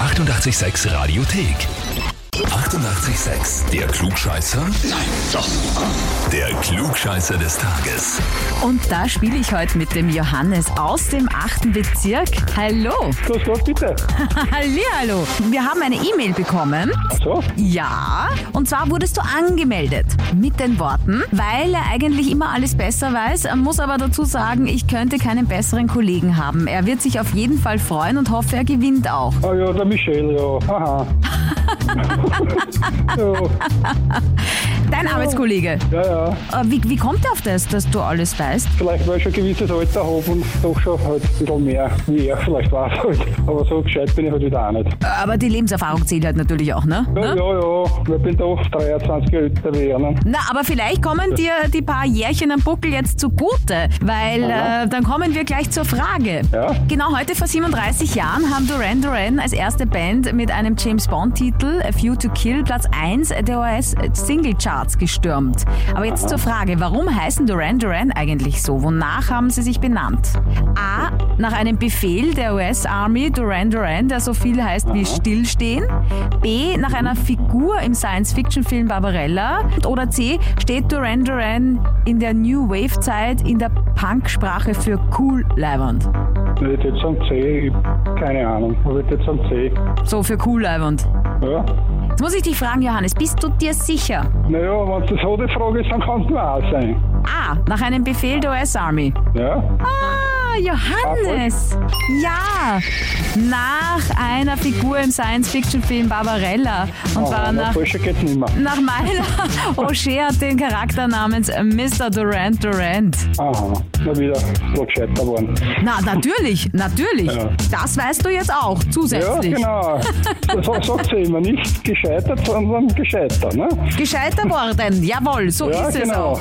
886 Radiothek. 88,6. Der Klugscheißer? Nein, doch. Der Klugscheißer des Tages. Und da spiele ich heute mit dem Johannes aus dem 8. Bezirk. Hallo. Grüß Gott, bitte. Hallihallo. Wir haben eine E-Mail bekommen. Ach So, Ja. Und zwar wurdest du angemeldet. Mit den Worten, weil er eigentlich immer alles besser weiß, er muss aber dazu sagen, ich könnte keinen besseren Kollegen haben. Er wird sich auf jeden Fall freuen und hoffe, er gewinnt auch. ah ja, der Michel, ja. Haha. ja, Dein Arbeitskollege. ja, ja. Äh, Wie, wie kommt er auf das, dass du alles weißt? Vielleicht weil ich schon ein gewisses Alter habe und doch schon halt ein bisschen mehr, wie er vielleicht weiß halt. Aber so gescheit bin ich halt wieder auch nicht. Aber die Lebenserfahrung zählt halt natürlich auch, ne? Ja, ja, ja. Ich bin doch 23 Jahre älter wie er. Ne? Na, aber vielleicht kommen dir die paar Jährchen am Buckel jetzt zugute, weil äh, dann kommen wir gleich zur Frage. Ja. Genau heute vor 37 Jahren haben Duran Duran als erste Band mit einem James Bond-Titel A Few to Kill Platz 1 der US-Single-Charts gestürmt. Aber jetzt zur Frage, warum heißen Duran Duran eigentlich so? Wonach haben sie sich benannt? A. Nach einem Befehl der US-Army Duran Duran, der so viel heißt wie Stillstehen. B. Nach einer Figur im Science-Fiction-Film Barbarella. Oder C. Steht Duran Duran in der New Wave-Zeit in der Punk-Sprache für cool leibernd? Ich würde jetzt sagen C, ich, keine Ahnung. Ich würde jetzt sagen C. So für cool leibernd. Ja. Jetzt muss ich dich fragen, Johannes, bist du dir sicher? Naja, wenn das so die Frage ist, dann kann es nur auch sein. A. Nach einem Befehl der US-Army. Ja? Ah, Johannes! Ja! Nach einer Figur im Science-Fiction-Film Barbarella. Und zwar Ah, nach Falscher geht's nicht mehr. Nach meiner O'Shea hat den Charakter namens Mr. Durant Durant. Aha. Na wieder, so gescheiter geworden. Na, natürlich, natürlich. Ja. Das weißt du jetzt auch Ja, zusätzlich. genau. Das sagt sie immer. Nicht gescheitert, sondern gescheiter, ne? Gescheiter worden, jawohl, so Ja, ist es genau. auch.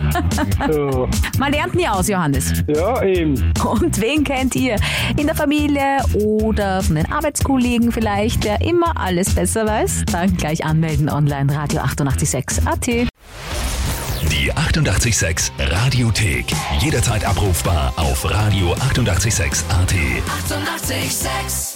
so. Man lernt nie aus, Johannes. Ja, eben. Und wen kennt ihr? In der Familie oder von den Arbeitskollegen vielleicht, der immer alles besser weiß? Dann gleich anmelden online, radio 886 AT. Die 88,6 Radiothek. Jederzeit abrufbar auf radio886.at. 88,6. Eighty-eight, sex.